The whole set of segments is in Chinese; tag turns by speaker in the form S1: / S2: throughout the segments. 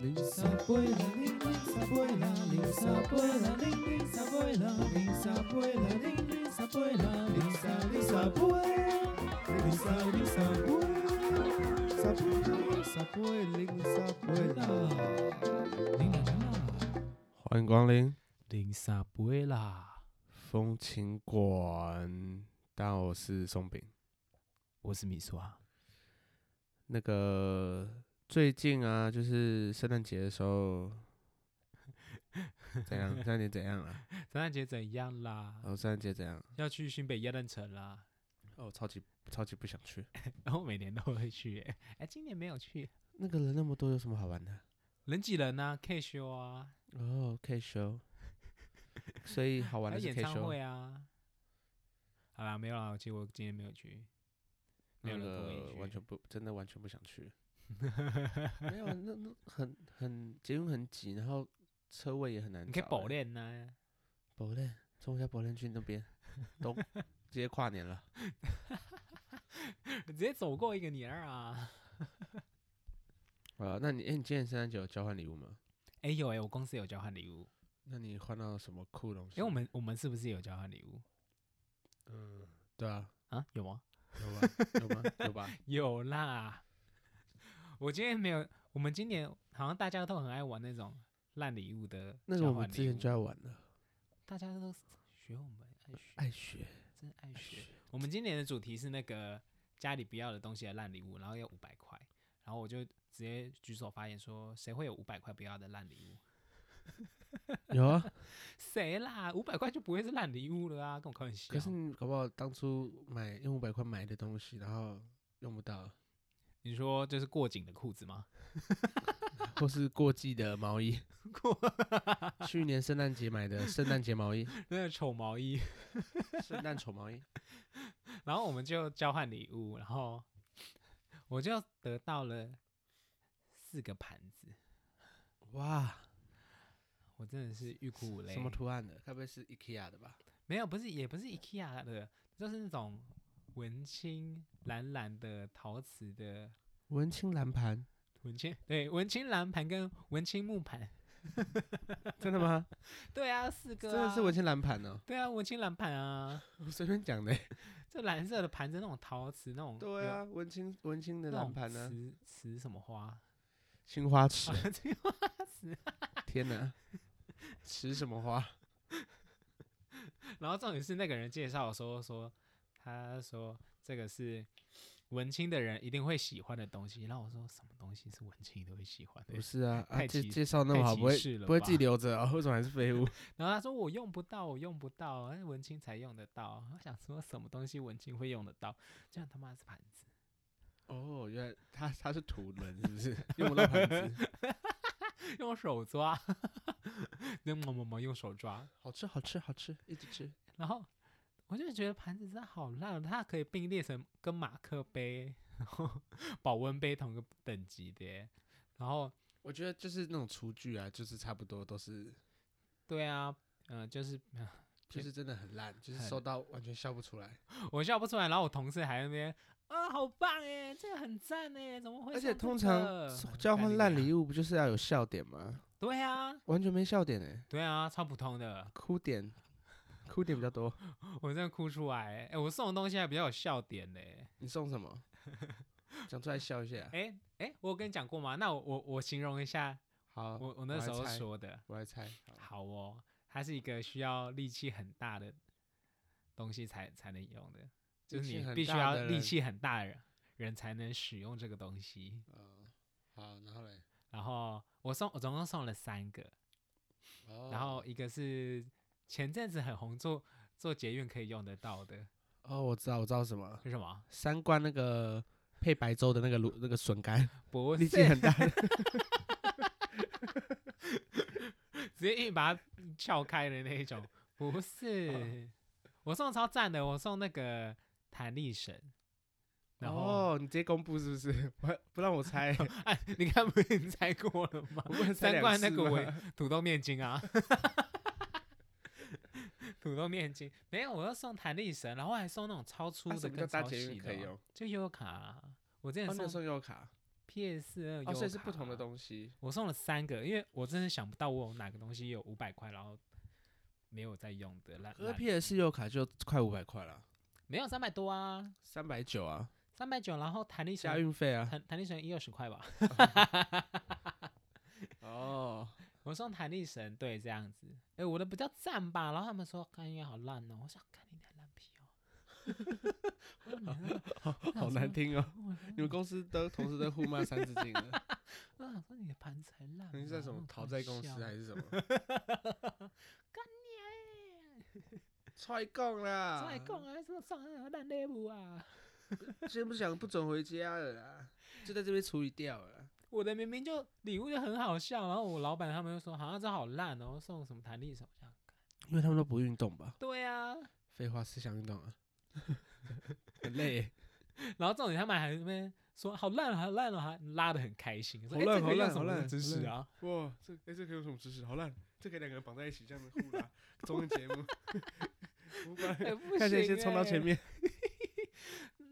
S1: 零撒贝拉，零零撒贝拉，零撒贝拉，零零撒贝拉，零撒贝拉，零零撒贝拉，零撒零撒贝，零撒零撒贝，撒贝撒贝零撒贝拉。
S2: 零两啦，
S1: 欢迎光临
S2: 零撒不会啦，
S1: 风情馆，大家好，我是松饼。
S2: 我是米苏啊。
S1: 那个最近啊，就是圣诞节的时候， 怎样？圣诞节怎样啊？
S2: 圣诞节怎样啦
S1: 然？后圣诞节怎样？
S2: 要去新北耶诞城啦，
S1: 哦，超级超级不想去。
S2: 然后每年都会去、欸，哎、今年没有去，
S1: 那个人那么多，有什么好玩的？
S2: 人挤人啊，可以休啊，
S1: 哦，可以修，所以好玩
S2: 还
S1: 的
S2: 有
S1: 是
S2: 演
S1: 可以
S2: 唱
S1: 修
S2: 会。啊。好啦，没有啦，其实我今天没有去，没
S1: 那
S2: 有人跟我一
S1: 个
S2: 起
S1: 完
S2: 去
S1: 全不，真的完全不想 去。没有，那那很很捷运很挤，然后车位也很难。欸
S2: 你可以保，练呐、
S1: 保练，从我家保练去那 边，都直接跨年了。
S2: 直接走过一个年儿啊。
S1: 啊，那你哎、你今年圣诞节有交换礼物吗？
S2: 哎、有哎、我公司有交换礼物，
S1: 那你换到什么酷东
S2: 哎、
S1: 西？
S2: 我们我们是不是有交换礼物
S1: 嗯，对啊，
S2: 啊？有吗？
S1: 有吧，有吧，有 吧。
S2: 有啦， 我今天没有。我们今年好像大家都很爱玩那种烂礼物的
S1: 那个
S2: 交
S1: 我
S2: 换
S1: 们之
S2: 礼
S1: 前
S2: 物，
S1: 就在玩了，
S2: 大家都学我们爱学，
S1: 爱学，
S2: 真爱
S1: 爱
S2: 学
S1: 学。。
S2: 我们今年的主题是那个家里不要的东西的烂礼物，然后要五百块，然后我就直接举手发言说，谁会有五百块不要的烂礼物？
S1: 有 啊，
S2: 谁啦？五百块就不会是烂礼物了啊！跟我开玩笑。
S1: 可是你搞不好当初买用五百块买的东西，然后用不到，
S2: 你说就是过紧的裤子吗？
S1: 或是过季的毛 衣，
S2: 过
S1: 去年圣诞节买的圣诞节毛衣，
S2: 那个丑毛衣。
S1: 圣诞丑毛衣，
S2: 然后我们就交换礼物，然后我就得到了四个盘子，
S1: 哇，
S2: 我真的是欲哭无泪。
S1: 什么图案的？该不会是 IKEA 的吧？
S2: 没有，不是，也不是 IKEA 的，就是那种文青蓝蓝的陶瓷的
S1: 文青蓝盘，
S2: 文青，对，文青蓝盘跟文青木盘，
S1: 真的 吗？
S2: 对啊，四个、
S1: 真
S2: 啊，
S1: 的是文，青蓝盘哦，
S2: 对啊，文青蓝盘啊，
S1: 我随便讲的欸。
S2: 这蓝色的盘子那种陶瓷那种，
S1: 对
S2: 有
S1: 啊，文青文青的
S2: 那
S1: 蓝
S2: 种
S1: 盘啊呢？
S2: 瓷瓷什么花，
S1: 青花瓷，
S2: 这个
S1: 天哪，吃什么花？
S2: 然后重点是那个人介绍说说，他说这个是文青的人一定会喜欢的东西。然后我说什么东西是文青都会喜欢的
S1: 不？是啊，啊
S2: 太
S1: 介
S2: 歧
S1: 介绍那么
S2: 太
S1: 好，
S2: 歧
S1: 不会
S2: 视了
S1: 不会自己
S2: 吧
S1: 留着哦？为什么还是废物？
S2: 然后他说我用不到，我用不到，哎，文青才用得到。我想说什么东西文青会用得到？这样他妈是盘子，
S1: 哦，原来他他是土人是不是？ 用不到盘子，
S2: 用手抓， 那么么么用手抓。
S1: 好吃好吃好吃，一直吃。
S2: 然后我就觉得盘子真的好烂哦，它可以并列成跟马克杯、 然后保温杯同个等级的耶。然后
S1: 我觉得就是那种厨具啊，就是差不多都是，
S2: 对啊，嗯、就是
S1: 就
S2: 就是
S1: 真的很烂，就是
S2: 很
S1: 收到完全笑不出来。
S2: 我笑不出来，然后我同事还在那边啊，好棒哎，这个很赞哎，怎么会、
S1: 而且通常交换烂礼物不就是要有笑点吗？
S2: 物，对啊，
S1: 完全没笑点哎、欸，
S2: 对啊，超普通的，
S1: 哭点哭点比较 多。
S2: 我真的哭出来哎，哎我送的东西还比较有笑点嘞，
S1: 你送什么？讲出来笑一 下。
S2: 哎哎，我有跟你讲过吗？那我我我形容一下，
S1: 好，
S2: 我我那
S1: 来
S2: 时候
S1: 猜
S2: 说的，
S1: 我来猜。好
S2: 好哦，它是一个需要力气很大的东西才才能用的，就
S1: 力
S2: 是
S1: 气
S2: 你
S1: 很
S2: 必须
S1: 大
S2: 要
S1: 的
S2: 力
S1: 人
S2: 气很大的人人才能使用这个东西。
S1: 呃，好，然后嘞，
S2: 然后我送我总共送了三个，
S1: 哦
S2: 然后一个是前阵子很红做做捷运可以用得到的，
S1: 哦，我知道，我知道什么了，
S2: 是什么？
S1: 三观那个配白粥的那个卤那个笋干，
S2: 不
S1: 力
S2: 是，
S1: 气 很大的。
S2: 直接一把它撬开的那一种，不
S1: 哦
S2: 是。我送超赞的，我送那个弹力绳，然后、
S1: 哦，你直接公布是不是？ 不不让我 猜，
S2: 哎，你看不是你猜过了吗？
S1: 我不能猜
S2: 三
S1: 两
S2: 罐那
S1: 次
S2: 个
S1: 吗
S2: 我也土豆面筋啊， 土豆面筋没有，我要送弹力绳，然后还送那种超粗
S1: 啊
S2: 的
S1: 什么叫
S2: 跟
S1: 搭
S2: 超
S1: 捷
S2: 细
S1: 运
S2: 的
S1: 可以
S2: 哦
S1: 用？
S2: 就优卡啊、我之前
S1: 哦，你有
S2: 送
S1: 送悠游卡，
S2: PS 二
S1: 哦，所以是不同的
S2: 西。
S1: 东西。
S2: 啊我送了三个，因为我真的想不到我有哪个东西有五百块，然后没有在用的，烂
S1: 可是
S2: 烂
S1: PS 优卡就快五百块了，
S2: 没有三百多啊，
S1: 三百九啊，
S2: 三百九，然后弹力
S1: 加
S2: 绳
S1: 运费啊。
S2: 弹弹力绳一二十块吧，
S1: 哦，
S2: 我送弹力绳，对，这样子，哎、我的比较赞吧，然后他们说看音乐好烂哦，我想看你的烂屁哦，我说你的
S1: 好难听哦！
S2: 我说
S1: 你们公司都同时在互骂三字经 了，
S2: 我想说你的盘才烂吧，
S1: 你是在什么讨债公司还
S2: 是？
S1: 是什 么？
S2: 干
S1: 踹供啦！
S2: 你哎！再讲啊，什么上海烂内部啊？
S1: 先不讲，不准回家了啦，就在这边处理掉了啦。
S2: 我的明明就礼物就很好笑，然后我老板他们就说好像这好烂哦，送什么弹力手枪。
S1: 因为他们都不运动吧？
S2: 对啊，
S1: 废话，思想运动啊， 很累 耶。
S2: 然后重点他们还在那边说好烂好烂哦，还拉的很开心，说
S1: 好
S2: 哎
S1: 烂
S2: 这个
S1: 好
S2: 要
S1: 烂
S2: 什么
S1: 好烂
S2: 姿
S1: 好
S2: 势
S1: 烂
S2: 啊？
S1: 哇，这哎、这可以有什么知识？好烂，这可以两个人绑在一起这样子互拉，综艺节目。 无关
S2: 哎，不
S1: 看谁
S2: 行
S1: 先冲到前
S2: 哎
S1: 面。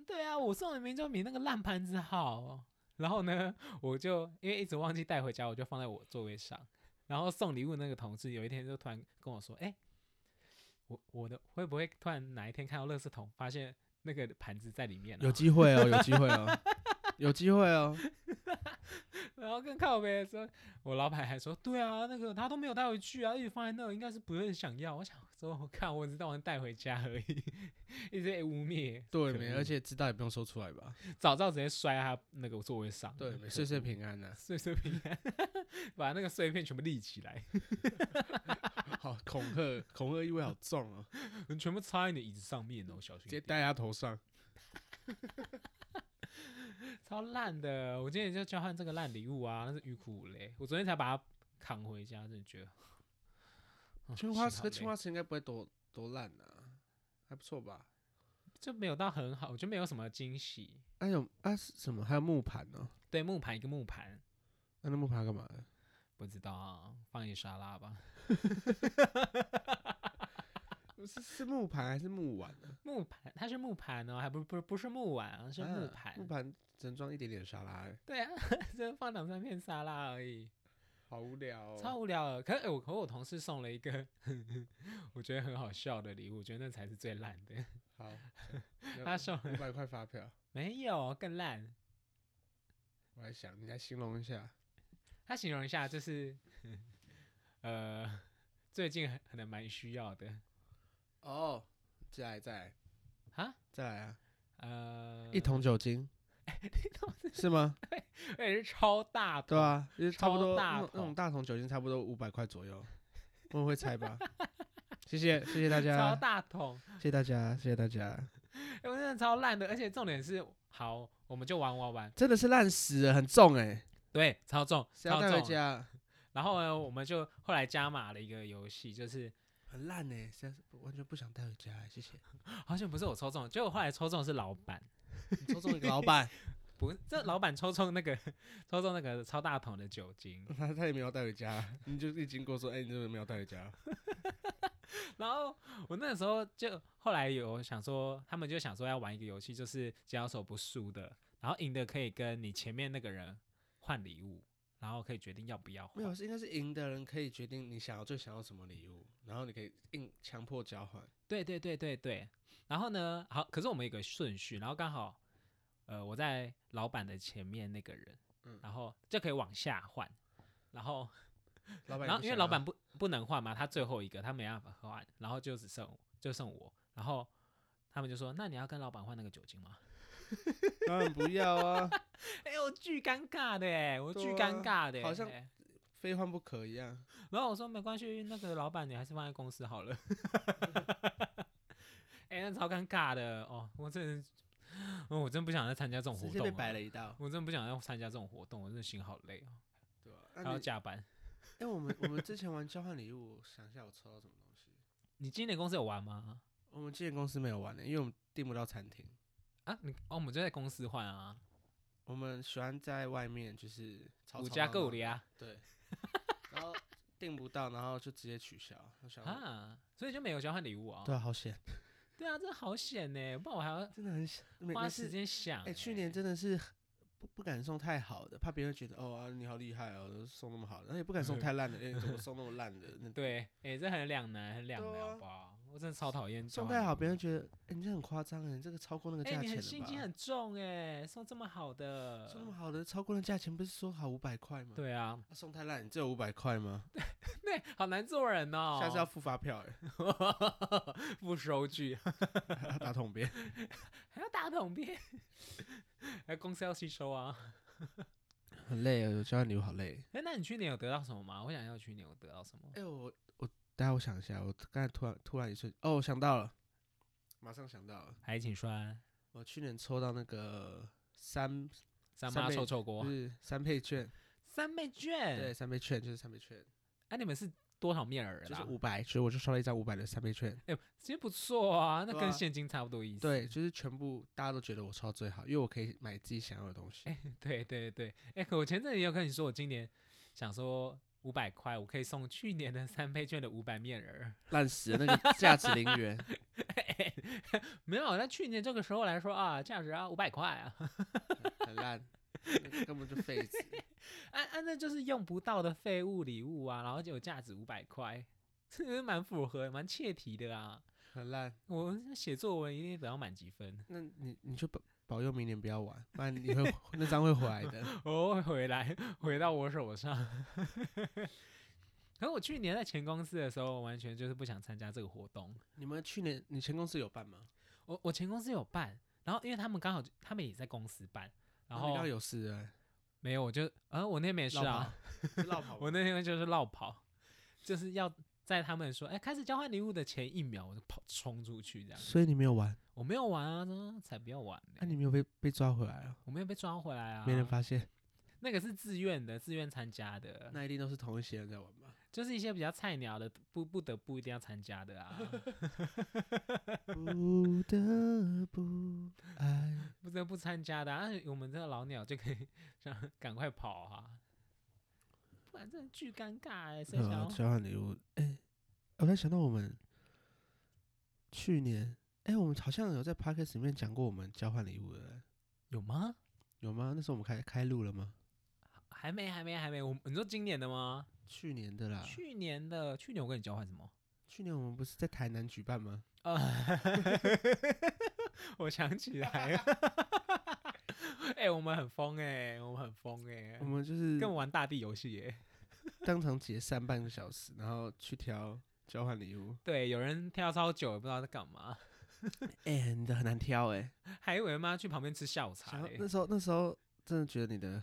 S2: 对啊，我送的明明就比那个烂盘子好、然后呢，我就因为一直忘记带回家，我就放在我座位上。然后送礼物那个同事有一天就突然跟我说：“哎、我我的会不会突然哪一天看到垃圾桶，发现那个盘子在里面、啊？”
S1: 有机会哦，有机会 哦，有机会哦。
S2: 然后更靠背的时候，我老板还说：“对啊，那个他都没有带回去啊，一直放在那，应该是不会想要。”我想说，我看我只当然带回家而已， 一直在污蔑。
S1: 对
S2: 可
S1: 没？
S2: 恶
S1: 而且知道也不用说出来吧？
S2: 早知道直接摔在他那个座位上。
S1: 对没？
S2: 可
S1: 岁岁
S2: 恶
S1: 平安呐、 啊
S2: 碎碎平安，把那个碎片全部立起来，
S1: 好恐吓，恐吓意味好重 哦，
S2: 你全部插在你的椅子上面哦，小
S1: 直
S2: 心一
S1: 接
S2: 点。
S1: 戴他头上。
S2: 超烂的，我今天就交换这个烂礼物啊，那是欲哭无泪。我昨天才把它扛回家，真的觉得。哦
S1: 青花
S2: 心
S1: 瓷
S2: 好
S1: 跟青
S2: 累
S1: 花瓷应该不会多多烂呐、还不错吧？
S2: 就没有到很好，我觉得没有什么惊喜。
S1: 哎有啊是什么？还有木盘哦，
S2: 对，木盘一个木盘，
S1: 那那木盘干嘛的？
S2: 不知道啊放一沙拉吧。
S1: 是是木盘还是木碗啊呢、
S2: 木盘它是木盘哦，还不不不是木碗啊，是木盘。
S1: 木盘只能装一点点沙拉、哎
S2: 对啊， 就放两三片沙拉而已。
S1: 好无聊哦。
S2: 超无聊的。可是、欸我和我同事送了一个 我觉得很好笑的礼物，我觉得那才是最烂的。
S1: 好，嗯
S2: 他送了
S1: 五百块发票，
S2: 没有更烂。
S1: 我来想，你来形容一下。
S2: 他形容一下，就是 呃，最近很可能蛮需要的
S1: 哦，再来再来
S2: 啊。
S1: 再来啊！
S2: 呃，
S1: 一桶酒精
S2: 哎
S1: 是 吗？
S2: 也是哎超大
S1: 对
S2: 的，
S1: 啊，就是差不
S2: 超
S1: 多
S2: 大
S1: 那种那
S2: 桶
S1: 种大桶酒精差不多五百块左右，我会猜 吧。谢谢谢谢大
S2: 超
S1: 家，
S2: 大桶，
S1: 谢谢大家，谢谢大家，
S2: 哎我真的超烂的。而且重点是，好，我们就玩玩玩，
S1: 真的是烂死了，很重哎、欸，
S2: 对，超重，
S1: 谁要
S2: 超
S1: 带回
S2: 重。
S1: 家？
S2: 然后呢，我们就后来加码了一个游戏，就是
S1: 很烂哎、欸，实在是不完全不想带回家、欸，谢谢。
S2: 好像不是我抽中，结果后来抽中的是老板。
S1: 你抽中一个老板，
S2: 不，这老板抽中那个抽中那个超大桶的酒精，
S1: 他 他也没有带回家， 你就是一经过说，哎、你怎么没有带回家？
S2: 然后我那时候就后来有想说，他们就想说要玩一个游戏，就是只要手不输的，然后赢的可以跟你前面那个人换礼物，然后可以决定要不要
S1: 没
S2: 换。
S1: 有，是应该是赢的人可以决定你想要最想要什么礼物，然后你可以硬强迫交换。
S2: 对对对对对。然后呢，好，可是我们有个顺序，然后刚好呃我在老板的前面那个人，
S1: 嗯
S2: 然后就可以往下换，然后。
S1: 老板也
S2: 然后
S1: 不
S2: 因
S1: 想
S2: 为
S1: 啊
S2: 老
S1: 要
S2: 板不不能换嘛，他最后一个他没办法换，然后就只剩就剩我，然后他们就说：“那你要跟老板换那个酒精吗
S1: 当然不要啊，？”
S2: 哎、我巨尴尬的欸，我
S1: 对
S2: 巨尴
S1: 啊
S2: 尬的欸、
S1: 好像非换不可一样。
S2: 然后我说没关系，那个老板你还是放在公司好了。 哎、那超尴尬的哦，我真的是，哦我真不想再参加这种活
S1: 直
S2: 动
S1: 接被
S2: 啊了
S1: 摆了一道，
S2: 我真不想再参加这种活动，我真的心好累哦，
S1: 对吧、
S2: 还
S1: 那
S2: 要
S1: 你，
S2: 加班。
S1: 哎、我们我们之前玩交换礼物，我想一下我抽到什么东西。
S2: 你今年公司有玩吗？
S1: 我们之前公司没有玩的、因为我们订不到餐厅，
S2: 啊，你哦，我们就在公司换啊，
S1: 我们喜欢在外面就是吵吵
S2: 五家
S1: 闹
S2: 购
S1: 闹
S2: 物的啊。
S1: 对，然后订不到，然后就直接取消。我想说，
S2: 啊，所以就没有交换礼物啊、
S1: 对啊，好险，
S2: 对啊，这好险呢，不然我还要
S1: 真的很想每
S2: 花
S1: 每
S2: 时
S1: 次
S2: 间想、
S1: 哎哎、去年真的是不不敢送太好的，怕别人觉得哦、啊、你好厉害哦，都送那么好的，那也不敢送太烂的，哎、怎么送那么烂的？那
S2: 对，哎、这很两难，很两
S1: 对
S2: 难，
S1: 啊
S2: 好不好？我真的超讨厌 交
S1: 送
S2: 换礼
S1: 太好，
S2: 物
S1: 别人觉得哎、你这很夸张哎，你这个超过那个
S2: 哎、
S1: 价
S2: 你
S1: 钱
S2: 很心机
S1: 了吧？
S2: 很重哎、送这么好的，
S1: 送那么好的，超过那价钱不是说好五百块吗？
S2: 对啊，
S1: 啊，送太烂，你只有五百块吗？
S2: 对，好难做人哦。
S1: 下次要付发票哎、
S2: 不收据，
S1: 要打桶边。
S2: 还要打桶边， 还公司要吸收啊。
S1: 很累哦，有交换礼物好累。
S2: 哎、那你去年有得到什么吗？我想要去年有得到什么
S1: 哎、？我我待会我想一下，我刚才突然突然一瞬，哦，我想到了，马上想到了，
S2: 海景栓、
S1: 我去年抽到那个三
S2: 三
S1: 三
S2: 妈
S1: 倍
S2: 臭臭锅
S1: 就、是三倍券，
S2: 三倍券。
S1: 对，，三倍券就是三倍券，
S2: 哎、你们是多少面额啦？
S1: 就是五百，所以我就收了一张五百的三倍券。
S2: 哎其实不错啊，那
S1: 对
S2: 跟
S1: 啊
S2: 现金差不多意思。
S1: 对，就是全部大家都觉得我抽到最好，因为我可以买自己想要的东西。
S2: 对对对，哎、可我前阵子也有跟你说，我今年想说五百块，我可以送去年的三倍券的五百面额。
S1: 烂死了，那个价值零元，
S2: 没有，那去年这个时候来说啊，价值啊五百块啊，
S1: 很烂，那个根本就废纸。
S2: 啊啊，那就是用不到的废物礼物啊，然后就有价值五百块， 这个蛮符合、蛮切题的啊。
S1: 很烂。
S2: 我写作文一定得要满级分，
S1: 那你你就保保佑明年不要玩，不然你会那张会回来 的。
S2: 我会哦回来 回到我手上。可我去年在前公司的时候，完全就是不想参加这个活动。
S1: 你们去年你前公司有办吗？
S2: 我我前公司有办，然后因为他们刚好他们也在公司办，然
S1: 那你
S2: 后
S1: 刚有事哎，
S2: 没有我就啊、我那天没事
S1: 绕
S2: 啊，
S1: 跑， 是绕跑吗。
S2: 我那天就是绕跑，就是要在他们说哎、开始交换礼物的前一秒，我就跑冲出去这样。
S1: 所以你没有玩，
S2: 我没有玩啊，那才不要玩呢、
S1: 那、你没有被被抓回来啊？
S2: 我没有被抓回来啊，
S1: 没人发现，
S2: 那个是自愿的，自愿参加的，
S1: 那一定都是同一些人在玩 吧？
S2: 就是一些比较菜鸟的，不不得不一定要参加 的啊，
S1: 不得不爱。
S2: 不得不参加的、啊，我们这个老鸟就可以 想赶快跑啊，不然真的巨尴尬哎、谁想
S1: 啊
S2: 要，
S1: 交换礼物，哎、我在想到我们去年，哎、我们好像有在 podcast 里面讲过我们交换礼物的人，
S2: 有吗？
S1: 有吗？那时候我们开开录了吗？
S2: 还没，还没，还没。我你说今年的吗？
S1: 去年的啦，
S2: 去年的，去年我跟你交换 什么？
S1: 去年我们不是在台南举办吗？
S2: 呃，我想起来了。 哎、我们很疯哎、我们很疯哎、
S1: 我们就是
S2: 跟我玩大地游戏欸耶。
S1: 当场解散半个小时，然后去挑交换礼物。
S2: 对，有人跳超久，也不知道在干嘛，
S1: 哎、你的很难挑哎、
S2: 还以为妈去旁边吃下午茶欸
S1: 想要
S2: 嘞、
S1: 那时候那时候真的觉得你的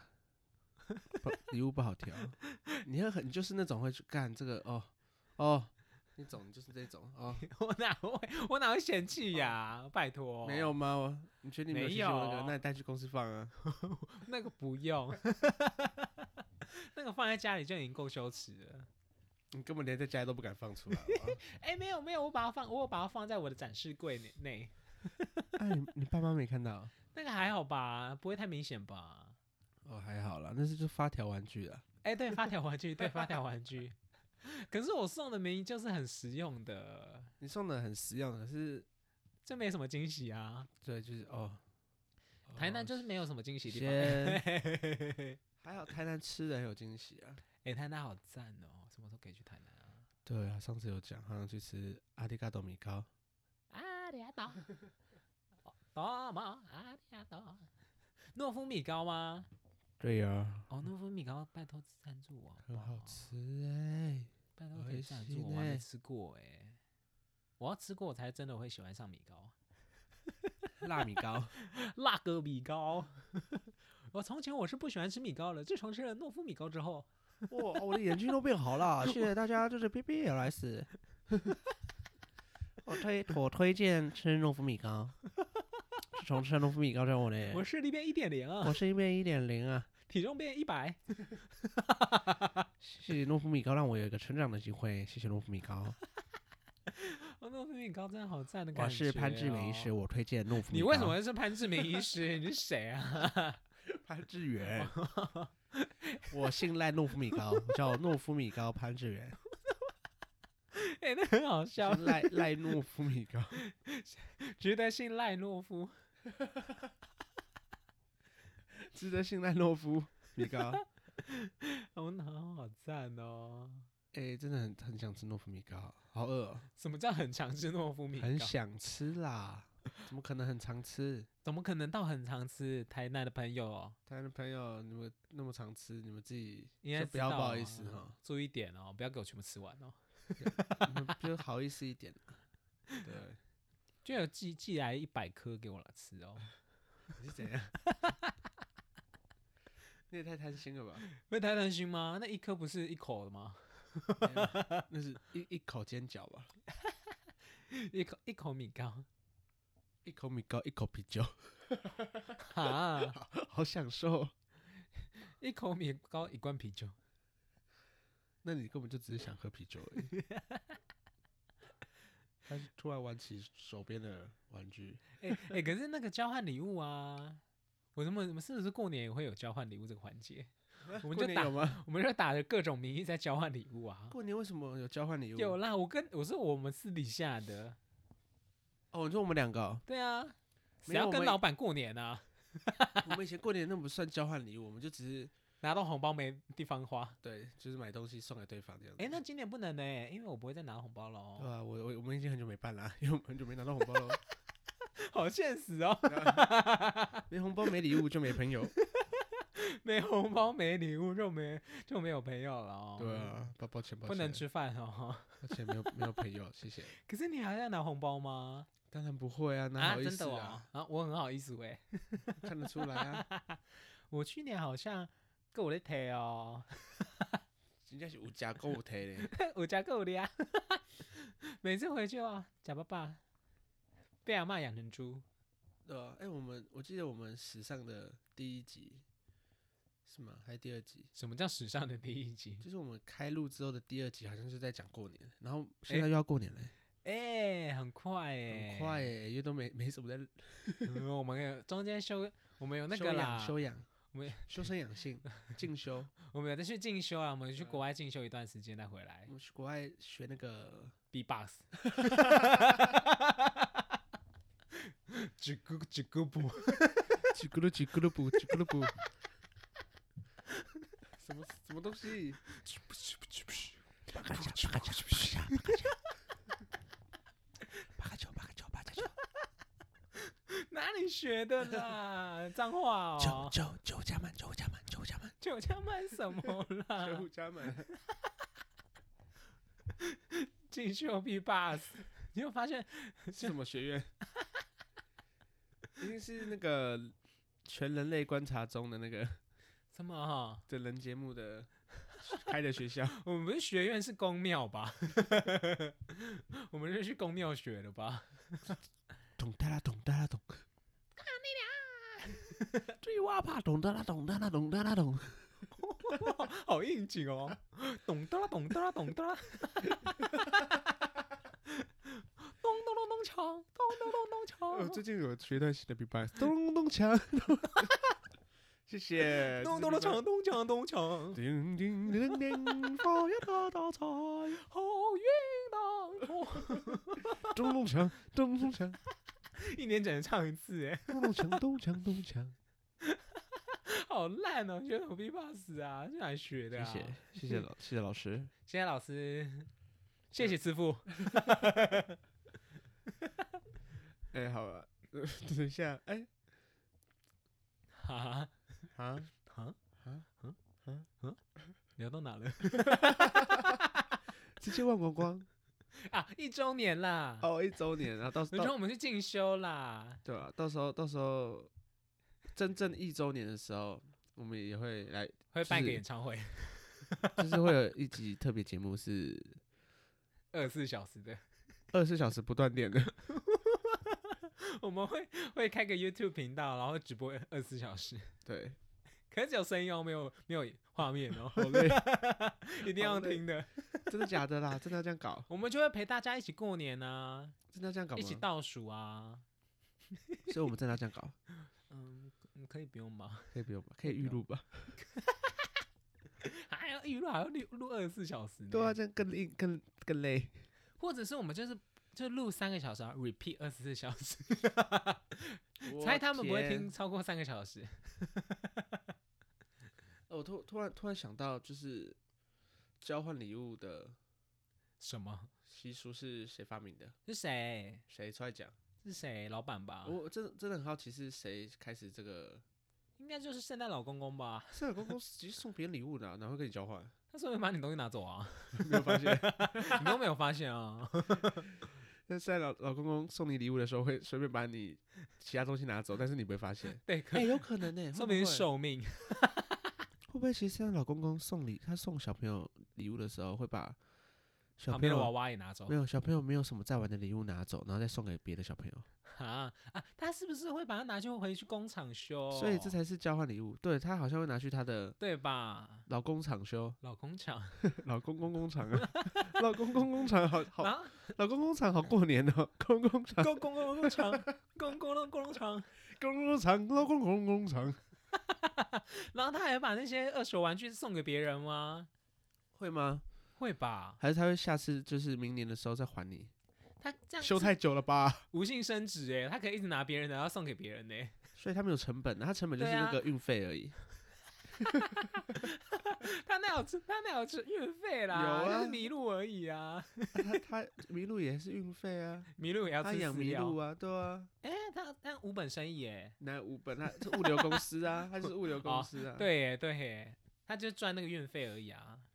S1: 不礼物不好 挑，你会很你就是那种会去干这个哦哦，那种你就是这种哦，
S2: 我哪会，我哪会嫌弃呀、拜托，
S1: 没有，吗？我你觉得你哦没有
S2: 没
S1: 信心我那个
S2: 有，
S1: 那你带去公司放啊。
S2: 那个不用， 那个放在家里就已经够羞耻了。
S1: 你根本连在家里都不敢放出来啊好不好。
S2: 哎、没有没有，我把它放，我有把它放在我的展示柜内内，
S1: 哎、你你爸妈没看到？
S2: 那个还好吧，不会太明显吧？
S1: 哦，还好啦，那是就发条玩具啦。
S2: 哎、对，发条玩具，对，发条玩具。可是我送的名义就是很实用的，
S1: 你送的很实用，可是
S2: 这没什么惊喜啊。
S1: 对，就是哦，
S2: 台南
S1: 哦
S2: 就是没有什么惊喜的地方。
S1: 先
S2: 哎、
S1: 还好台南吃的很有惊喜啊。
S2: 台南好赞哦，什么时候可以去台南啊？
S1: 对啊，上次有讲，好像去吃阿迪嘎多米糕。
S2: 阿里阿 岛，多么哦阿里阿岛，诺夫米糕吗？
S1: 对啊，
S2: 哦，诺夫米糕，拜托赞助我，
S1: 很好
S2: 不。
S1: 吃哎、
S2: 哦拜托
S1: 恶
S2: 可以赞助，
S1: 心
S2: 我还没
S1: 欸
S2: 吃过哎、我要吃过我才真的会喜欢上米糕，
S1: 辣米糕。
S2: 辣哥米糕。 我从前我是不喜欢吃米糕的，自从吃了诺夫米糕之后，
S1: 哇，哦我的眼睛都变好 了，谢谢大家，这是 B B L S。我推我推荐吃诺夫米糕，自从吃了诺夫米糕之后呢，
S2: 我视力变一点零啊，
S1: 我是一变一点零啊，
S2: 体重变一百。
S1: 谢谢诺夫米糕让我有一个成长的机会，谢谢诺夫米糕。
S2: 哦，诺夫米糕真的好赞的感觉、啊哦
S1: 我是潘志明医师，。我推荐诺夫米
S2: 你
S1: 糕。
S2: 为什么是潘志明医 师？你是谁啊？
S1: 潘志 远？我信赖诺夫米糕，我叫诺夫米糕潘志远，
S2: 哎、那很好 笑，
S1: 信赖赖诺夫米糕。
S2: 值得信赖诺夫。
S1: 值得信赖懦夫米糕。
S2: 我脑哦好赞哦！
S1: 哎、真的很很想吃诺夫米糕，好饿、哦，
S2: 什么叫很常吃诺夫米糕？
S1: 很想吃 啦，怎么可能很常吃？
S2: 怎么可能到很常吃？台南的朋友哦，
S1: 台湾的朋友，你们那么常吃，你们自己
S2: 应该
S1: 就不要
S2: 知
S1: 不
S2: 道
S1: 好意
S2: 啊
S1: 思哈，
S2: 注意点哦，不要给我全部吃完哦。
S1: 你们就好意思一 点。对，
S2: 就有寄寄来一百颗给我了吃哦，
S1: 你是怎样？你也太贪心了吧！
S2: 会太贪心吗？那一颗不是一口的吗？
S1: 没有哎那是一一口煎饺吧，
S2: 一口一口米糕
S1: 一口米糕，一口啤酒，
S2: 啊，
S1: 好享受。哦
S2: 一口米糕一罐啤酒，
S1: 那你根本就只是想喝啤酒而 已。他是突然玩起手边的玩具，
S2: 哎、哎、可是那个交换礼物啊，我怎么我们是不是过年也会有交换礼物这个环 节？我
S1: 过
S2: 们就
S1: 年
S2: 打
S1: 有吗？
S2: 我们就打着各种名义在交换礼物啊。
S1: 过年为什么有交换礼物？
S2: 有啦，我跟我说我们私底下的，
S1: 哦，你说我们两个哦、
S2: 对啊，谁
S1: 没有
S2: 要
S1: 我
S2: 跟
S1: 们
S2: 老板过年啊？
S1: 我们以前过年那不算交换礼物，我们就只是
S2: 拿到红包没地方花。
S1: 对，就是买东西送给对方这样子。
S2: 哎、那今年不能呢、因为我不会再拿红包了哦
S1: 对。啊，我我我们已经很久没办啦， 因为我们很久没拿到红包了，
S2: 好现实哦，
S1: 没红包没礼物就没朋友。
S2: 没红包没礼物就没就没有朋友了哦。
S1: 对，啊，抱抱歉抱歉，
S2: 不能，吃饭哦。
S1: 而且没有没有朋友，谢谢。
S2: 可是你还要拿红包吗？
S1: 当然不会啊，哪好意
S2: 真
S1: 思
S2: 的哦，哦
S1: 啊，
S2: 啊，我很好意思喂，
S1: 看得出来啊，
S2: 我去年好像跟我的提哦，
S1: 人家是有加购物台嘞。
S2: 我家够的啊， 每次回去啊，假爸爸被阿妈养成猪，
S1: 对啊，哎、我们我记得我们史上的第一集是吗？还是第二集？
S2: 什么叫史上的第 一集？
S1: 就是我们开录之后的第二集，好像是在讲过年，然后
S2: 哎
S1: 现在又要过年了、
S2: 哎、很快哎、
S1: 很快、耶，因为都没没什么在
S2: 嗯我们有中间休，我们有那
S1: 修
S2: 个
S1: 养
S2: 啦，
S1: 修养，
S2: 我 们
S1: 修身养性，进修。
S2: 我们有的去进修啊，我们去
S1: 对
S2: 国外进修一段时间再回来
S1: 我们去国外学那 个
S2: B-box。只咕只咕不，
S1: 叽咕噜叽咕噜布叽咕噜布， 什么什么东西？哦
S2: 哪里学的啦？脏话哦！
S1: 九九加满，九加满，九加满，
S2: 酒家卖什么啦
S1: 九？加满。
S2: 进修 B-box，你有发现
S1: 是什么学院？一定是那个全人类观察中的那个
S2: 什么哈？
S1: 的人节目的开的学校。
S2: 我们不是学院是公庙吧？ 我们是去公庙学的吧？
S1: 懂哒啦懂哒啦懂，看 你俩，最哇怕懂哒啦懂哒啦懂哒啦懂。
S2: 好应景 哦，咚哒啦咚哒啦咚哒啦，咚咚咚咚锵，咚咚咚
S1: 我
S2: 咚锵，
S1: 哦最近有学一段新的 B-box，咚咚锵， 谢谢。
S2: 咚咚咚锵，咚锵咚锵，
S1: 叮叮叮叮，发呀大大 财，
S2: 好哦运当头。
S1: 咚咚锵，咚咚锵，
S2: 一年只能唱一次，哎，
S1: 咚咚锵，咚锵咚锵。好
S2: 好烂哦，学什么 B box 啊？去哪里学的
S1: 谢
S2: 啊？
S1: 谢，谢谢老，谢谢老师。
S2: 谢谢老师，谢谢师傅。
S1: 哎、好了，呃 等一下，哎、
S2: 哈哈
S1: 啊，
S2: 哈
S1: 啊
S2: 哈
S1: 啊
S2: 哈！聊到哪了
S1: 直接忘光光
S2: 啊？一周年啦！
S1: 哦，一周年，然后到
S2: 我觉得
S1: 到
S2: 我们去进修啦。
S1: 对啊，到时候到时候真正一周年的时候，我们也会来，
S2: 会办一
S1: 就
S2: 个
S1: 是
S2: 演唱会，
S1: 就是会有一集特别节目是
S2: 二十四小时的。
S1: 二十四小时不断电的，
S2: 我们会会开个 YouTube 频道，然后直播二十四小时，
S1: 对，
S2: 可是只有声音哦，没有没有画面哦，
S1: 好累，
S2: 一定
S1: 好
S2: 要
S1: 累
S2: 听的。
S1: 真的假的啦？真的要这样搞？
S2: 我们就会陪大家一起过年啊，
S1: 真的要这样搞
S2: 一起
S1: 吗？
S2: 倒数啊。
S1: 所以我们真的要这样搞？
S2: 嗯，嗯可以不用吗？
S1: 可以不用吧？可以啊预录吧？
S2: 还要预录，还要录录二十四小时呢。
S1: 对啊，这样更硬，更更 累。
S2: 或者是我们就是就录三个小时、啊、，repeat 二十四小时，猜他们不会听，超过三个小时。
S1: 我哦突突然突然想到，就是交换礼物的
S2: 什么？
S1: 习俗是谁发明的？
S2: 是谁？
S1: 谁出来讲？
S2: 是谁？老板吧？
S1: 我真的真的很好奇是谁开始这个？
S2: 应该就是圣诞老公公吧？
S1: 圣诞公公 其实送别人礼物的啊、哪会跟你交换？
S2: 他说会把你东西拿走啊？
S1: 没有发现？
S2: 你都没有发现啊？
S1: 那圣诞老老公公送你礼物的时候，会随便把你其他东西拿走，但是你不会发现。
S2: 对，可
S1: 哎、有可能呢、 欸，
S2: 说
S1: 会不会
S2: 明是寿命。
S1: 会不会其实圣诞老公公送礼，他送小朋友礼物的时候，会把小
S2: 旁
S1: 朋
S2: 边
S1: 友
S2: 的娃娃也拿走
S1: 没有小朋友没有什么在玩的礼物拿走，然后再送给别的小朋友，
S2: 啊啊！他是不是会把它拿去回去工厂修？
S1: 所以这才是交换礼物。对他好像会拿去他的
S2: 对吧？
S1: 老工厂修，
S2: 老工厂，
S1: 老公公工厂啊， 老公公工厂 好好，
S2: 然后
S1: 老公工厂好过年哦，公公厂，
S2: 工工工工 厂，工工工工厂，
S1: 公公工厂，老公公工厂，
S2: 然后他还把那些二手玩具送给别人吗？
S1: 会吗？
S2: 会吧？
S1: 还是他会下次就是明年的时候再还你？
S2: 他这样
S1: 修
S2: 是
S1: 太久了吧？
S2: 无性生殖哎、他可以一直拿别人的，然后送给别人呢、
S1: 所以他没有成本啊，他成本就是
S2: 对啊
S1: 那个运费而 已。
S2: 他那有吃，他那有吃运费啦，
S1: 有啊
S2: 就是迷路而已啊，
S1: 他他麋鹿也是运费啊，
S2: 迷路也要吃
S1: 他养
S2: 饲
S1: 麋
S2: 料
S1: 鹿。啊，对啊，
S2: 哎、他他无本生意哎、
S1: 那五本他是物流公司啊，他就是物流公司啊，，
S2: 对耶对耶，他就赚那个运费而已啊。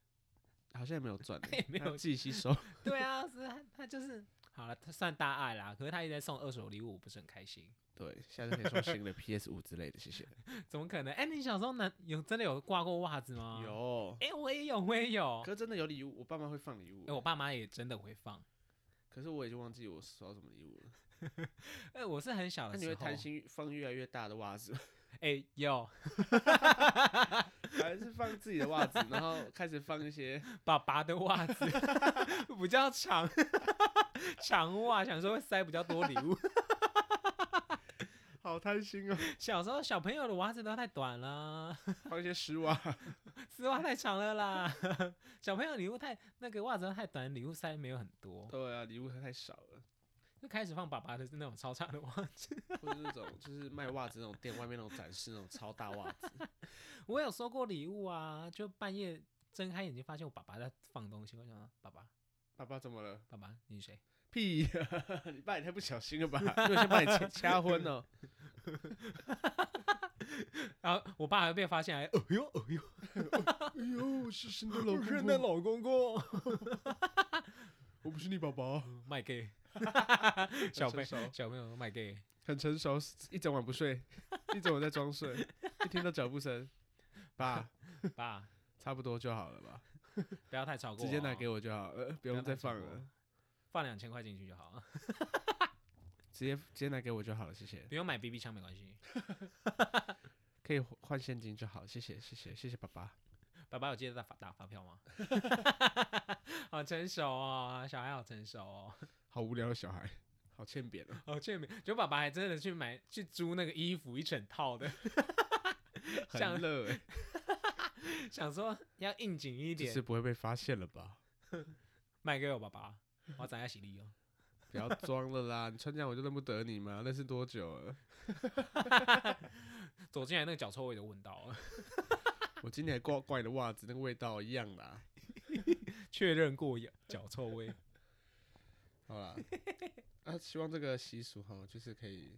S1: 好像也没有 赚欸，
S2: 也没
S1: 他
S2: 有
S1: 自己吸收。
S2: 对啊，是他他就是好了，他算大爱啦。可是他一直在送二手礼物，我不是很开心。
S1: 对，下次可以送新的 PS 五之类的，谢谢。
S2: 怎么可能？哎、你小时候男有真的有挂过袜子
S1: 哦
S2: 吗？。
S1: 有，
S2: 哎、我也有，我也有。
S1: 可是真的有礼物，我爸妈会放礼物
S2: 哎、，我爸妈也真的会放。
S1: 可是我已经忘记我收到什么礼物了。
S2: 哎、我是很小
S1: 那
S2: 的
S1: 你
S2: 时
S1: 会
S2: 候。
S1: 贪？心放越来越大的袜子吗，
S2: 哎、有，
S1: 还是放自己的袜子，然后开始放一些？
S2: 爸爸的袜子 比较长， 长袜，想说会塞比较多礼物。
S1: 好贪心哦，
S2: 小时候小朋友的袜子都太短了，
S1: 放一些啊丝袜。
S2: 丝袜太长了啦。 小朋友礼物太那个袜子都太短，礼物塞没有很多，
S1: 对啊，礼物太少了，
S2: 就开始放爸爸的那种超长的袜子。
S1: 或者那种就是卖袜子那种店外面那种展示那种超大袜子。
S2: 我有收过礼物啊，就半夜睁开眼睛发现我爸爸在放东西，我想说爸爸
S1: 爸爸怎么了？
S2: 爸爸你是谁？
S1: 屁 呀、你爸也太不小心了 吧！就先把你掐掐昏了。
S2: 然后我爸还被发现还，哎呦哎呦，
S1: 哎呦，我是圣诞
S2: 我是那，老公公，
S1: 我不是你爸爸，
S2: 卖 给小朋
S1: 成
S2: 友
S1: 熟
S2: 小朋友卖给，
S1: 很成熟，一整晚不睡， 一整晚在装睡，一听到脚步声，爸，
S2: 爸，
S1: 差不多就好了吧，
S2: 不要太超过、哦
S1: 直接拿给，我就好了，不
S2: 不要
S1: 用
S2: 太
S1: 再
S2: 超
S1: 放
S2: 过
S1: 了，，
S2: 放两千块进去就好，
S1: 直接直接拿给我就好了，谢谢，
S2: 不用买 BB 枪没关系。
S1: 可以换现金就好，谢谢谢谢谢谢爸爸。
S2: 爸爸有记得打发打发票吗？ 好成熟哦，小孩好成熟哦。
S1: 好无聊的小孩，好欠扁哦，
S2: 哦，这没，就爸爸还真的去买去租那个衣服一整套的， 像
S1: 很 热、欸，
S2: 想说要应景一
S1: 只
S2: 点，
S1: 是不会被发现了吧？
S2: 卖给我爸爸，我攒下喜力哦。
S1: 不要装了啦，你穿这样我就认不得你嘛，认识多久了？
S2: 走进来那个脚臭味都闻到了，
S1: 我今天还挂挂你的袜子，那个味道一样啦。
S2: 确认过脚脚臭味。
S1: 好 啦，啊，希望这个习俗哈，就是可以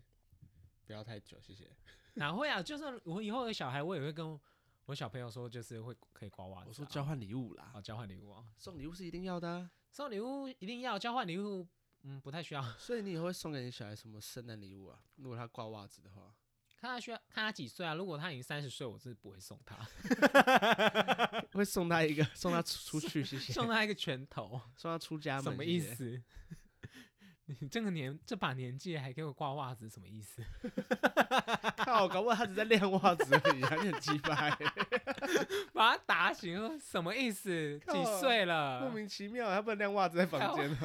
S1: 不要太久，谢谢。
S2: 哪会啊？就算我以后有小孩，我也会跟我小朋友说，就是会可以刮袜子啊、
S1: 我说交换礼物啦，
S2: 啊，交换礼物啊，
S1: 送礼物是一定要的、啊，
S2: 送礼物一定要交换礼物，嗯，不太需要。
S1: 所以你以后会送给你小孩什么圣诞礼物啊？如果他挂袜子的话，
S2: 看他需要看他几岁啊？如果他已经三十岁，我是不会送他，
S1: 会送他一个， 送他出出去，谢谢，
S2: 送他一个拳头，
S1: 送他出家门，
S2: 什么意
S1: 谢谢？
S2: 思？ 你这个年这把年纪还给我挂袜子，什么意 思？
S1: 靠，搞不好他只在晾袜子而已、啊，你很鸡巴、
S2: 把他打醒，说什么意思？几
S1: 靠
S2: 岁了？
S1: 莫名其妙，他不能晾袜子在房间呢、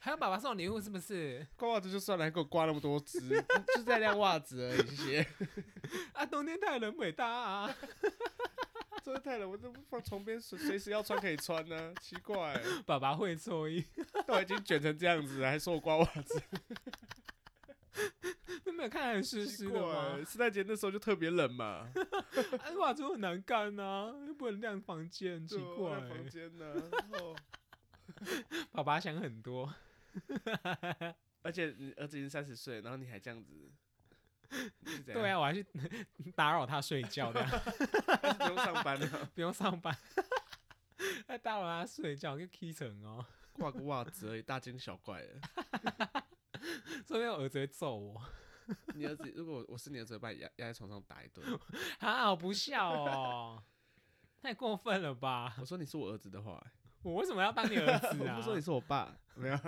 S2: 还要爸爸送礼物是不是？
S1: 挂袜子就算了，还给我挂那么多只， 就是在晾袜子而已，谢谢。
S2: 啊，冬天太冷，伟大啊！
S1: 真的太冷，我这不放床边，随随时要穿可以穿呢、奇怪、
S2: 爸爸会错意，
S1: 都已经卷成这样子了，还说我刮袜子，
S2: 都没有个看起来很湿湿的吗？
S3: 圣诞节那时候就特别冷嘛，
S2: 哎，袜子很难干呐、又不能晾房间，很奇
S3: 对啊
S2: 怪、
S3: 在房间呢、哦
S2: 爸爸想很多，
S3: 而且你儿子已经三十岁，然后你还这样子，是怎样
S2: 对啊，，我还去 打扰他睡觉的，
S3: 但是不用上班了、
S2: 不用上班， 还打扰他睡觉，跟 K 成哦，
S1: 挂个袜子而已，大惊小怪的。
S2: 说不定我儿子会揍我，
S1: 你儿子，如果我我是你儿子，会把你压压在床上打一顿。
S2: 啊，好不孝哦，太过分了吧？
S1: 我说你是我儿子的话、
S2: 我为什么要当你儿子
S1: 我
S2: 啊
S1: 不？说你是我爸，没有。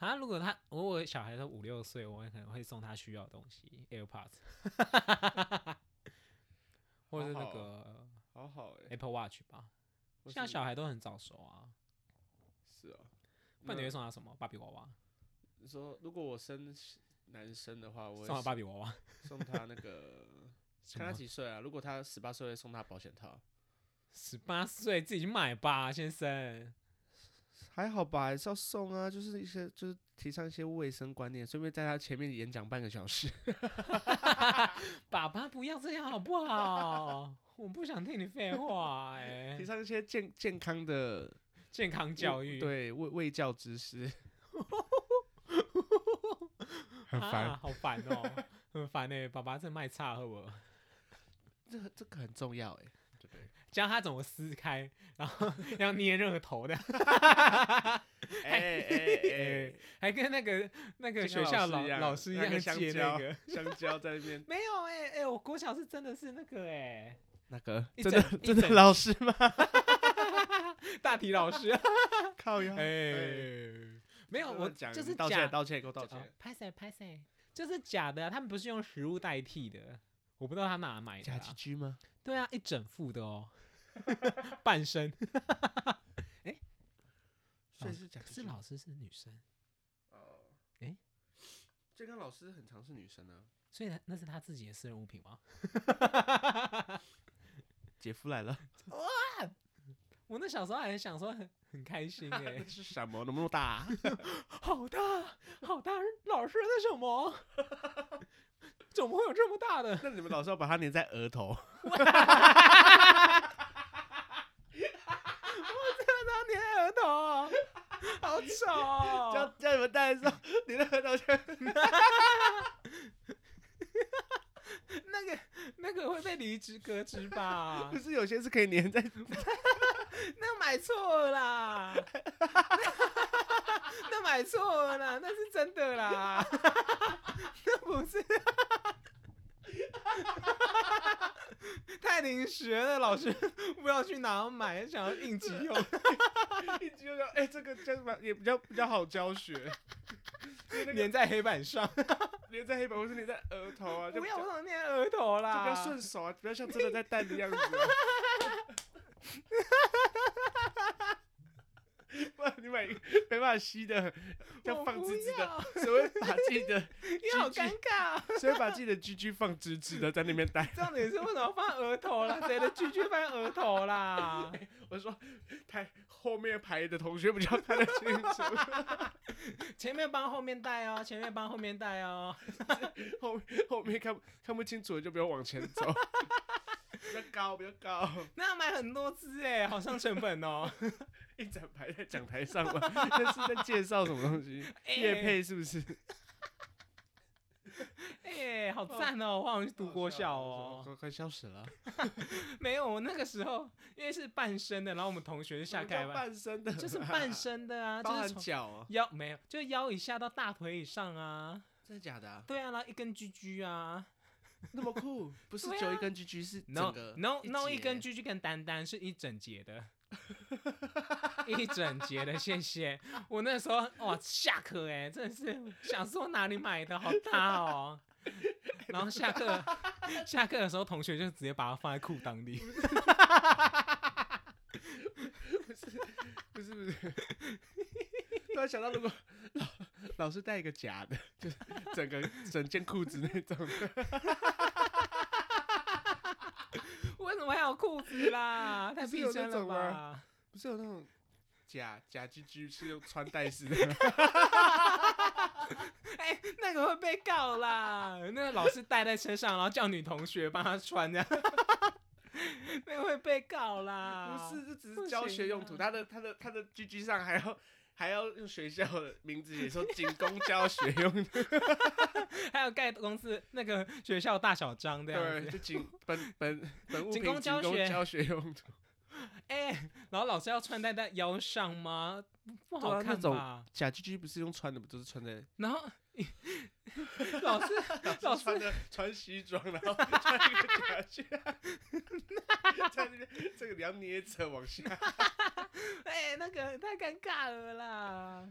S2: 啊，如果他我我小孩都五六岁，我可能会送他需要的东西，AirPods，或者是
S3: 好
S2: 那
S3: 好
S2: 个
S3: 好好
S1: 欸
S3: 哎、
S2: Apple Watch 吧。
S3: 或
S2: 现在
S3: 是
S2: 小孩都很早熟啊，
S3: 是哦，
S2: 不
S3: 那
S2: 然你会送他什么？芭比娃娃，
S3: 你说如果我生男生的话，我
S2: 送他
S3: 会
S2: 芭比娃娃，
S3: 送他那 个，
S2: 什
S3: 看他
S2: 么？
S3: 几岁啊？如果他十八岁，会送他保险套，
S2: 十八岁自己去买吧，先生。
S1: 还好吧，还是要送啊，就是一些就是提倡一些卫生观念，顺便在他前面演讲半个小时。
S2: 爸爸不要这样好不好？ 我不想听你废话哎、
S1: 提倡一些健健康 的
S2: 健康教育，
S1: 对卫卫教知识，很
S2: 啊，
S1: 烦。
S2: 好烦哦，很烦哎、爸爸这卖差好不好？
S1: 这个这个很重要哎、
S3: 对不 对？
S2: 教他怎么撕开，然 后要捏热头的，
S3: 哎哎
S2: 还跟那个那个
S3: 就
S2: 学
S3: 跟
S2: 校
S3: 老
S2: 老
S3: 师一样
S2: 师一
S3: 那
S2: 样
S3: 个香
S2: 接那
S3: 蕉
S2: 个。
S3: 哎，香蕉在那边，
S2: 没有哎、哎、我国小是真的是那个 哎、
S1: 那个
S2: 一
S1: 真的
S2: 整一
S1: 真的
S2: 整
S1: 老师吗？
S2: 大体老师，
S1: 靠呀！
S2: 哎、没有，
S3: 跟
S2: 我
S3: 他讲
S2: 就是
S3: 你道
S2: 假
S3: 歉，道歉，给我道
S2: 哦
S3: 歉。
S2: 拍谁拍谁，就是假的啊、他们不是用食物代替的，我不知道他哪买的、
S1: 假
S2: 啊。
S1: 鸡居吗？
S2: 对啊，一整副的哦， 半身。
S1: 所
S2: 所
S1: 以
S2: 以
S1: 是假
S2: 哦可是
S1: 鸡
S2: 老师是女生，
S1: 哦，
S2: 诶
S1: 健康老师很常是女生呢、啊。
S2: 所以那是他自己的私人物品吗？
S1: 姐夫来了，
S2: 我那小时候还想说很很开心哎、
S1: 这是什么？怎么那么大、啊？
S2: 好大好大，老师那什么？怎么会有这么大的？
S1: 那你们老师要把它粘在额头？
S2: 当年儿童哦，好丑哦、
S1: 叫叫你们戴的时候， 你的额头就
S2: 那个那个会被离职革职 吧
S1: 不？是有些是可以粘在
S2: 那买错了啦， 那买错了啦，那是真的啦， 那不是。太临时了，老师不知道去哪买，想要应急用。
S3: 一直就说，哎，这个叫什么？也比较比较好教学，就那个
S2: 粘在黑板上，
S3: 粘在黑板，或是粘在额头啊，就
S2: 不
S3: 比
S2: 要
S3: 较
S2: 我想粘额头
S3: 就
S2: 啦，
S3: 比较顺手啊，不要像真的在戴的 样子、啊。不然你买一个没办法吸的，要
S2: 我
S3: 放
S2: 不
S3: 芝芝的，
S2: 要，
S3: 谁会把自己的
S2: 你好
S3: 鸡鸡
S2: 尴尬哦。
S3: 谁会把自己的居居放直直的在那边戴？
S2: 重点是为什么放额头啦？谁的句句放额 头啦？
S3: 我说，太后面排的同学比较看得清 楚，
S2: 前面帮后面带哦，前面帮后面带哦。
S3: 后面后面看不看不清楚的就不要往前 走，比较高比较高，
S2: 那要买很多只哎，好上成本哦。
S3: 一整排在讲台上 嘛，那是在介绍什么东西？ 叶配是不 是？
S2: 哎、哎好赞哦！我好像去读国 小哦。
S1: 快快消失了。
S2: 没有，我那个时候因为是半身的，然后我们同学就下
S3: 什么
S2: 开
S3: 叫
S2: 班，
S3: 半身的，
S2: 就是半，身的 啊，
S1: 包
S2: 就
S1: 含
S2: 是从
S1: 脚啊？
S2: 腰没有，就腰以下到大腿以上啊。
S1: 真的假的、啊？
S2: 对啊，然后一根居居啊
S1: 那么酷？不是
S2: 对啊
S1: 只有一根居居，是
S2: ，no
S1: 整个
S2: no no
S1: 一
S2: 一
S1: 节
S2: 根居居跟丹丹是一整节的， 一整节的，谢谢。我那时候哇下课哎、真的是想说哪里买的好大哦。然后下课， 下课的时候，同学就直接把它放在裤裆里。
S1: 不是不是。 突然想到，如果 老老师带一个假的，
S3: 整个整件裤子那种。
S2: 为什么还有裤子啦？太
S3: 不是
S2: 逼
S3: 有
S2: 真
S3: 那
S2: 了
S3: 种
S2: 吧
S3: 吗？
S1: 不是有那种
S3: 假假鸡鸡是用穿戴式的，
S2: 哎、哎、那个会被告啦。那个老师带在身上，然后叫女同学帮他穿这样， 那个会被告啦。
S1: 不是，这只
S2: 啊不
S1: 是教
S2: 行
S1: 学用途。
S2: 啊
S1: 他的他的他的 GG 上还要还要用学校的名字写说仅供教学用 的，
S2: 还有盖公司那个 学校大小章这样
S1: 对，
S2: 子。
S1: 就仅本本本物
S2: 啊仅
S1: 品
S2: 供
S1: 仅
S2: 教
S1: 供
S2: 学
S1: 教学用途。
S2: 哎、然后老师要穿戴在腰上吗？不好
S4: 对啊那
S2: 看
S4: 种
S2: 吧？
S1: 假 GG 不是用穿的，不就是穿 在
S2: 然后老师老师
S1: 穿的穿西装，然后穿一个假靴， 在那边这个你要捏着往 下，
S2: 哎、那个太尴尬了啦，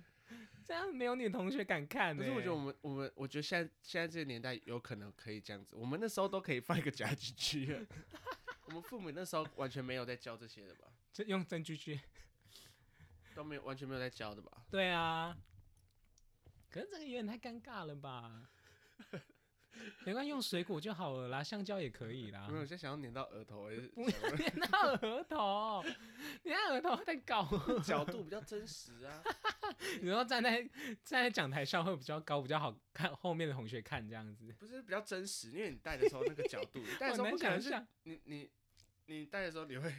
S2: 这样没有女同学敢看、欸。
S1: 可是我觉得我们我们我觉得现在现在这个年代有可能可以这样子，我们那时候都可以放一个假 GG 了。我们父母那时候完全没有在教这些的吧，
S2: 这用真句句。
S1: 都没有完全没有在教的吧？
S2: 对啊，可是这个有点太尴尬 了吧？没关系，用水果就好了啦，香蕉也可以啦
S1: 没。有，我现在想要粘到额 头，还哎是
S2: 不要粘到额头，你那额头在搞。
S1: 角度比较真实啊。
S2: 你说站在站在讲台上会比较高，比较好看，后面的同学看这样子。
S1: 不是比较真实，因为你戴的时候那个角度，你戴的时候
S2: 好难
S1: 不可能
S2: 哦想
S1: 是
S2: 象
S1: 你你你戴的时候你会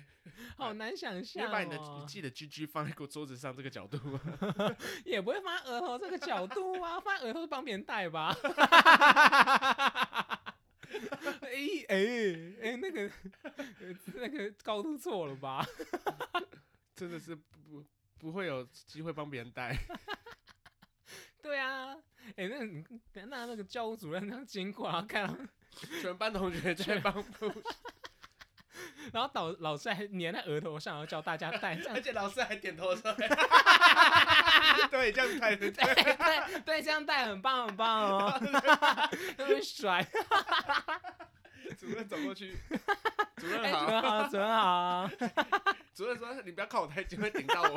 S2: 好难想
S1: 嗯你
S2: 象、
S1: 会
S2: 哦。
S1: 把你的你自己的 GG 放在过桌子上这个角度吗？
S2: 也不会放在额头这个角度啊，放在额头是帮别人戴吧。 哎哎哎，那个呃那个高度错了吧？
S1: 真的是不不不会有机会帮别人戴。
S2: 对啊，哎、那你那那个教务主任他经过，然后看到，
S1: 全班同学在帮助，
S2: 然后老老师还粘在额头上，然后叫大家戴，这
S1: 而
S2: 样
S1: 且老师还点头 说：“对，这样戴的
S2: 对对对，这样戴很棒很棒哦，那边甩，
S1: 主任走过去，主
S2: 哎、
S1: 任
S2: 主任
S1: 好，
S2: 好，主任好，
S1: 主任说：“你不要靠我太近，会顶到 我。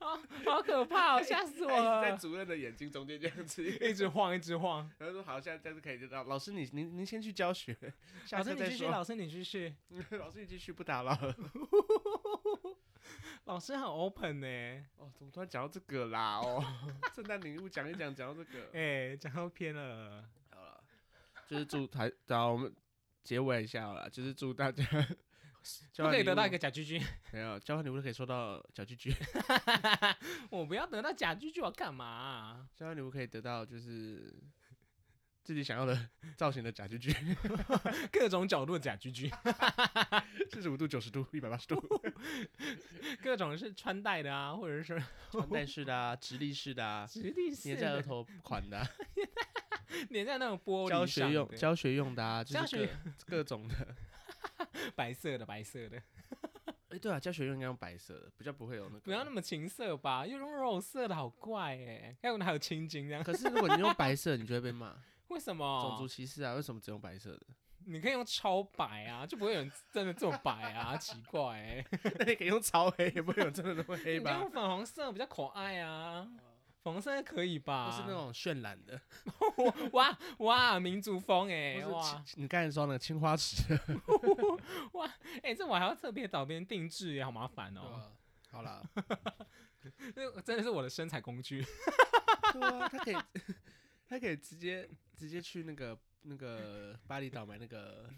S2: 好好可怕哦，吓”死我
S1: 哎在
S2: 了，
S1: 主任的眼睛中间这样子，
S2: 一直晃一直晃，
S1: 然后说：“好，现在这次可以知道。”老师，你您您先去教学，下
S2: 老
S1: 次
S2: 师你
S1: 再
S2: 继续，
S1: 说。
S2: 老师你继续。
S1: 老师，你继续不打扰了。
S2: 老师很 open 呢、
S1: 哦，怎么突然讲到这个啦？哦， 圣诞礼物讲一讲，讲到这个
S2: 哎、，讲到偏了，
S1: 好了，就是祝台，然后我们结尾一下好了，就是祝 大家交
S2: 不
S1: 换
S2: 可以
S1: 礼
S2: 得到
S1: 物
S2: 一个假居居，
S1: 没有交换礼物都可以收到小居 居，
S2: 我不要得到假居居，我要干嘛啊、
S1: 交换礼物可以得到就是自己想要的造型的假 居居，
S2: 各种角度的假居居，
S1: 四十五度、九十度、一百八十度，
S2: 各种是穿戴的啊，或者是
S1: 穿戴式的啊，直立式的 啊，
S2: 直立式
S1: 粘在额
S2: 的，
S1: 头款 的啊、
S2: 粘在那种玻璃
S4: 教
S2: 上
S4: 学用
S2: 的
S4: 教学用的啊，就
S2: 教
S4: 是
S2: 学
S4: 各各 种的。
S2: 白色的白色的，
S4: 哎，对啊，
S1: 教学用应该用白色的，比较不会有那个。
S2: 不要那么情色吧，又用肉色的好怪哎、还有还有青筋这样，
S4: 可是如果你用白色，你就会被 骂
S2: 为什
S1: 种族
S2: 么？
S1: 歧视啊？为什么只用白色的？
S2: 你可以用超白啊，就不会有人真的这么白啊，奇怪哎、
S1: 那你可以用超黑，也不会有真的那么 黑
S2: 你就
S1: 吧？哦
S2: 用粉红色比较可爱啊，粉红色可以吧？
S4: 不是那种渲染的，
S2: 种哇哇民族风哎、
S1: 不是
S2: 哇
S1: 青你刚才说那个青花瓷，
S2: 哎、这我还要特别找别人定制也好麻烦
S4: 对
S1: 啊
S2: 哦、
S4: 吧好啦，
S2: 这真的是我的身材工具，
S1: 对啊，他可以，他可以直接直接去那个那个巴厘岛买那个，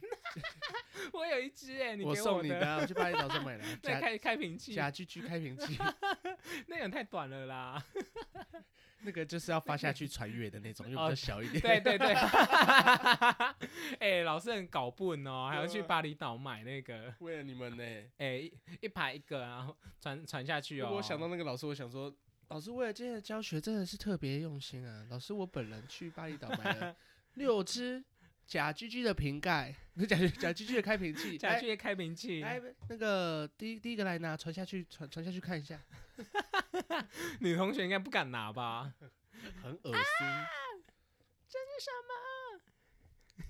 S2: 我有一只哎、 你给
S1: 我
S2: 我
S1: 送你的啊，我去巴厘岛时候 买的啊
S2: 那
S1: 假
S2: 开开瓶器，
S1: 假 GG 开瓶器，
S2: 那个太短了啦。
S1: 那个就是要发下去穿越的那种，又比
S2: 哦
S1: 较小一点。
S2: 对对对，哎、老是很搞笨哦、还要去
S1: 对啊
S2: 巴厘岛买那个，
S1: 为了你们呢，
S2: 哎、一一排一个，然后传传下去
S1: 如
S2: 哦、
S1: 果我想到那个老师，我想说，
S4: 老师为了今天的教学真的是特别用心啊！老师，我本人去巴厘岛买 了六只假 GG 的瓶盖， 不是假假 GG 的开瓶器，
S2: 假
S1: 哎
S2: 去开瓶器，
S4: 来来那个第一第一个来拿，传下去，传传下去看一下，
S2: 女同学应该不敢拿吧？
S4: 很恶心。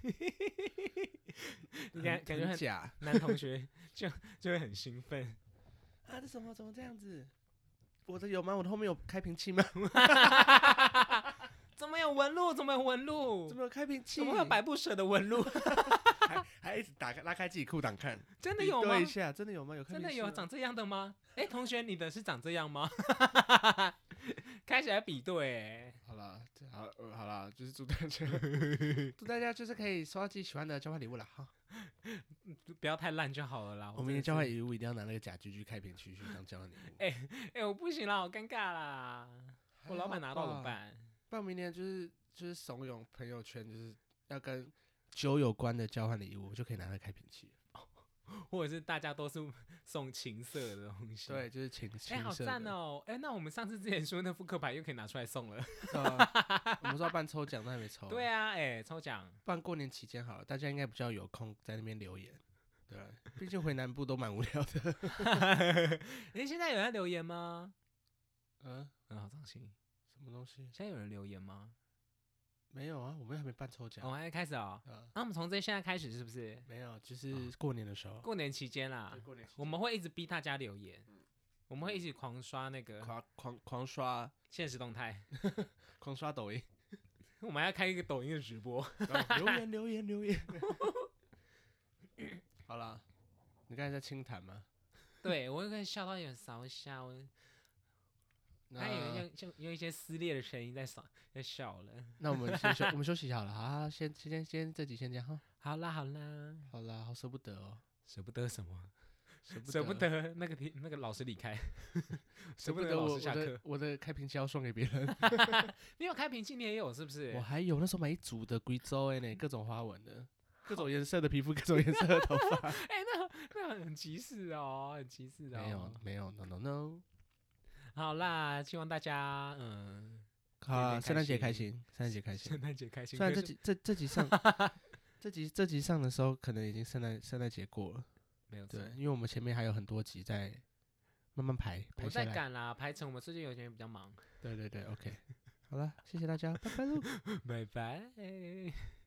S2: 你感
S4: 很
S2: 感觉
S4: 很
S2: 很
S4: 假
S2: 男 同学就就会很兴奋，
S4: 啊！这怎么怎么这样子？我的有吗？我的后面有开瓶 器吗？
S2: 怎么有纹路？怎么有纹路？
S4: 怎么有开瓶器？
S2: 怎么会有百不舍的纹路？
S1: 还还一直打开拉开自己裤裆看，
S2: 真的
S4: 比
S2: 有吗
S4: 对？一下，真的有吗？有开
S2: 真
S4: 瓶器吗？
S2: 的有长这样的吗？哎、同学，你的是长这样吗？ 开起来比对、欸，
S1: 好啦，好，呃好啦，就是祝大家， 祝大家就是可以收到自己喜欢的交换礼物了哈。
S2: 就不要太烂就好了啦。
S1: 我
S2: 哦真
S1: 们
S2: 的
S1: 的交换
S2: 是，
S1: 礼物一定要拿那个假狙去开瓶器去当交换礼物。
S2: 哎哎、我不行啦，好尴尬啦。我老板拿到怎
S1: 吧
S2: 么办？
S1: 不然明年就是就是怂恿朋友圈就是要跟酒有关的交换礼物，我就可以拿来开瓶器了。
S2: 或者是大家都是送情色的东西？
S1: 对，，就是情
S2: 哎、
S1: 情
S2: 好
S1: 色
S2: 赞
S1: 的。
S2: 哦！哎、那我们上次之前说那副课牌又可以拿出来送了。
S1: 对啊 我们说要办抽奖，但还没抽。
S2: 对，啊，哎、抽 奖
S1: 办过年期间好了，大家应该比较有空在那边留言。对啊，毕竟回南部都蛮无聊 的。
S2: 哎、现在有人在留言吗？
S1: 嗯，
S2: 嗯，好伤心。
S1: 什么东西？
S2: 现在有人留言吗？
S1: 没有啊，我们还没办抽奖。
S2: 我、们还没开始哦。
S1: 啊，
S2: 那、我们从这现在开始是不是？
S1: 没有，就是过年的时候，
S2: 哦过年期间啦
S1: 对，过年期
S2: 我
S1: 间
S2: 们会一直逼大家留言，我们会一直嗯狂刷那个
S1: 狂狂狂刷
S2: 现实动态，
S1: 狂刷抖音，
S2: 我们还要开一个抖音的直播。
S1: 然 后留言留言留言。 好啦，你刚才在清谈吗？
S2: 对 我会笑到有点傻笑，
S1: 那
S2: 还有用用用一些撕裂的声音在傻在笑了。
S1: 那我们先休，我 们休息一下好了啊，先先先先这集先这样哈。
S2: 好啦好啦，
S1: 好啦，好舍不得哦，
S2: 舍不得什么？
S1: 舍不
S2: 舍不得那个题那个老师离 开，
S1: 舍
S2: 舍不
S1: 不
S2: 得
S1: 得我
S2: 老
S1: 我
S2: 师下课
S1: 的。我的开瓶器要送给别人，
S2: 你有开瓶器，你也有是不是
S1: 我？还有那时候买一组的贵州哎 呢，各种花纹的，各种颜色的皮肤，各种颜色的头 发。
S2: 哎、那那很歧视哦，很歧视哦。
S1: 没有没有 no no no，
S2: 好啦，希望大家嗯，
S1: 啊，
S2: 开
S1: 圣诞节开
S2: 心
S1: 心，圣诞节开心
S2: 圣。诞节开心。
S1: 虽然
S2: 可
S1: 这
S2: 是
S1: 集这这集 上这集这集上的时候，可能已经圣诞圣诞节过了，
S2: 没有错
S1: 对，因为我们前面还有很多集在慢慢排排
S2: 我
S1: 下
S2: 在
S1: 来。
S2: 赶啦，排程我们最近有些人比较忙，
S1: 对对对，OK，好了，谢谢大家，拜拜喽。
S2: 拜拜。